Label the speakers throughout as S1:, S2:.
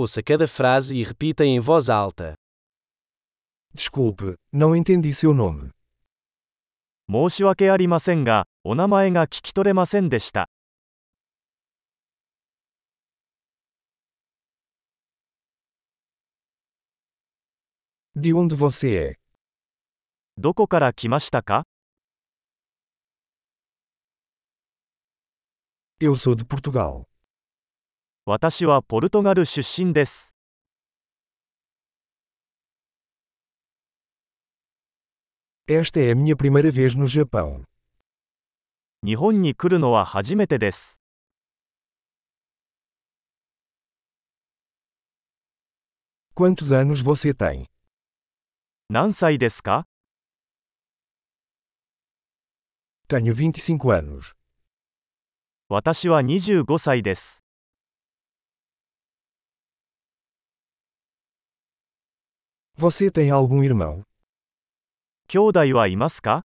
S1: Ouça cada frase e repita em voz alta.
S2: Desculpe, não entendi seu nome.
S3: 申し訳ありませんが、お名前が聞き取れませんでした。
S2: De onde você é?
S3: どこから来ましたか
S2: Eu sou de Portugal.
S3: 私はポルトガル出身です。
S2: Esta é a minha primeira vez no Japão.
S3: 日本に来るのは初めてです。
S2: Quantos anos você tem?
S3: 何歳ですか
S2: Tenho 25 anos.
S3: 私は25歳です。
S2: Você tem algum irmão?
S3: 兄弟はいますか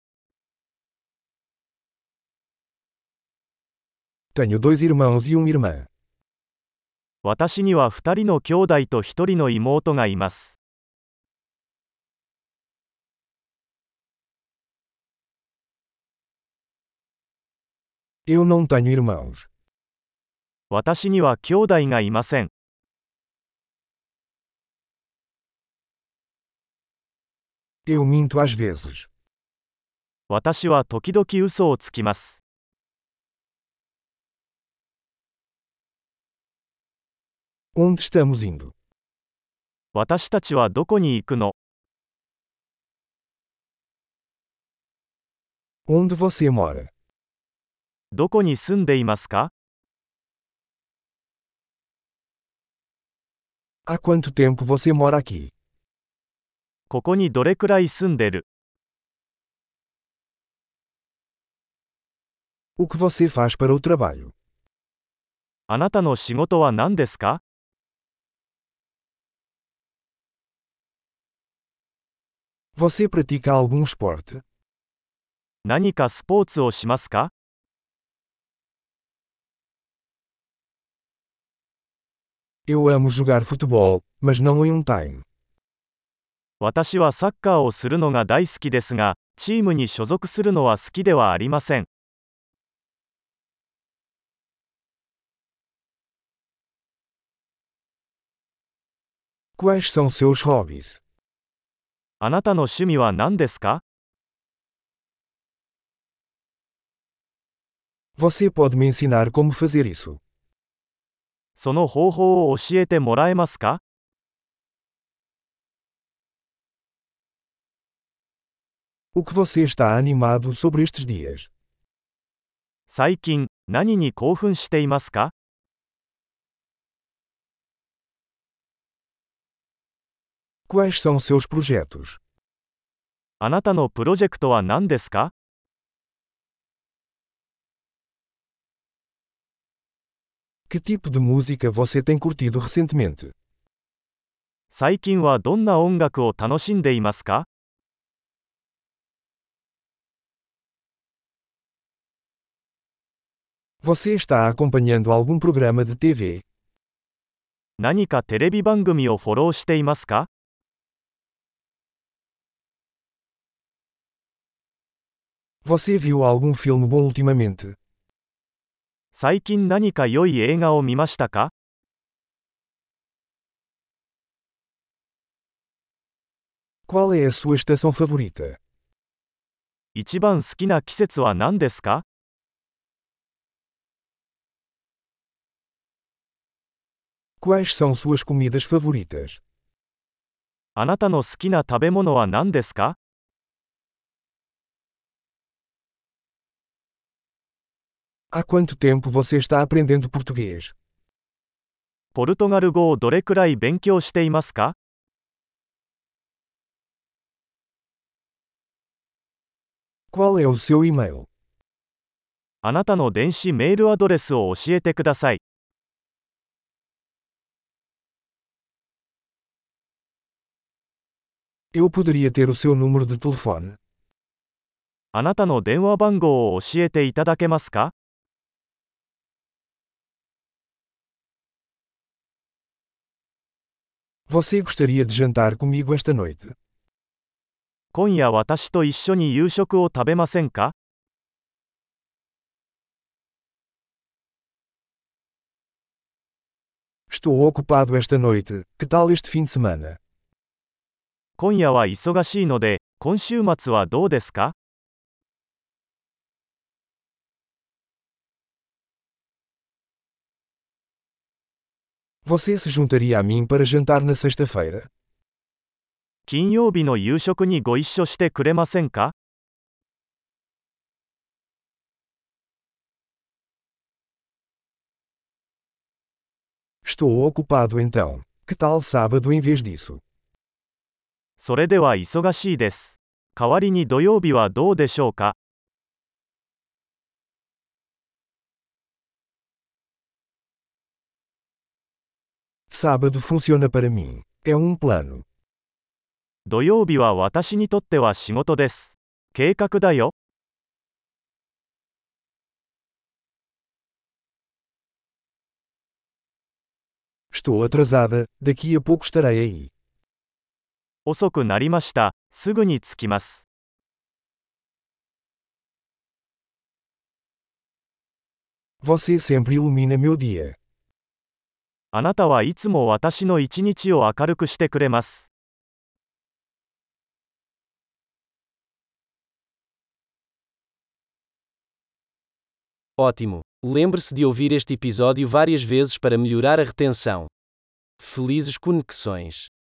S2: Tenho dois irmãos e uma irmã.
S3: 私には2人の兄弟と1人の妹がいます。
S2: Eu não tenho irmãos.
S3: 私には兄弟がいません。
S2: Eu minto às vezes.
S3: 私は時々嘘をつきます。
S2: Onde estamos indo?
S3: 私たちはどこに行くの
S2: Onde você mora?
S3: どこに住んでいますか
S2: Há quanto tempo você mora aqui?
S3: ここにどれくらい住んでる
S2: O que você faz para o trabalho?
S3: あなたの仕事は何ですか
S2: Você pratica algum esporte?
S3: 何かスポーツをしますか
S2: Eu amo jogar futebol, mas não em um time.
S3: 私はサッカーをするのが大好きですが、チームに所属するのは好きではありません。
S2: Quais são seus hobbies?
S3: あなたの趣味は何ですか
S2: Você pode me ensinar como fazer isso?
S3: その方法を教えてもらえますか
S2: O que você está animado sobre estes dias?
S3: 最近、何に興奮していますか
S2: Quais são seus projetos?
S3: あなたのプロジェクトは何ですか
S2: Que tipo de música você tem curtido recentemente?
S3: 最近はどんな音楽を楽しんでいますか
S2: Você está acompanhando algum programa de TV?
S3: 何かテレビ番組をフォローしていますか
S2: Você viu algum filme bom ultimamente?
S3: 最近何か良い映画を見ましたか
S2: Qual é a sua estação favorita?
S3: 一番好きな季節は何ですか
S2: Quais são suas comidas favoritas?
S3: あなたの好きな食べ物は何ですか
S2: Há quanto tempo você está aprendendo português?
S3: ポルトガル語をどれくらい勉強していますか
S2: Qual é o seu e-mail?
S3: あなたの電子メールアドレスを教えてください。
S2: Eu poderia ter o seu número de telefone?
S3: あなたの電話番号を教えていただけますか
S2: Você gostaria de jantar comigo esta noite?
S3: 今夜私と一緒に夕食を食べませんか
S2: Estou ocupado esta noite, que tal este fim de semana?
S3: 今夜は忙しいので、今週末はどうですか
S2: Você se juntaria a mim para jantar na sexta-feira?
S3: 金曜日の夕食にご一緒してくれませんか
S2: Estou ocupado então. Que tal sábado em vez disso?
S3: それでは忙しいです。代わりに土曜日はどうでしょうか
S2: Sábado funciona para mim. É um plano.
S3: 土曜日は私にとっては仕事です。計画だよ。
S2: Estou atrasada, daqui a pouco estarei aí.
S3: 遅くなりました。すぐに着きます。
S2: Você sempre ilumina meu dia.
S3: あなたはいつも私の一日を明るくしてくれます。
S1: Ótimo! Lembre-se de ouvir este episódio várias vezes para melhorar a retenção. Felizes conexões!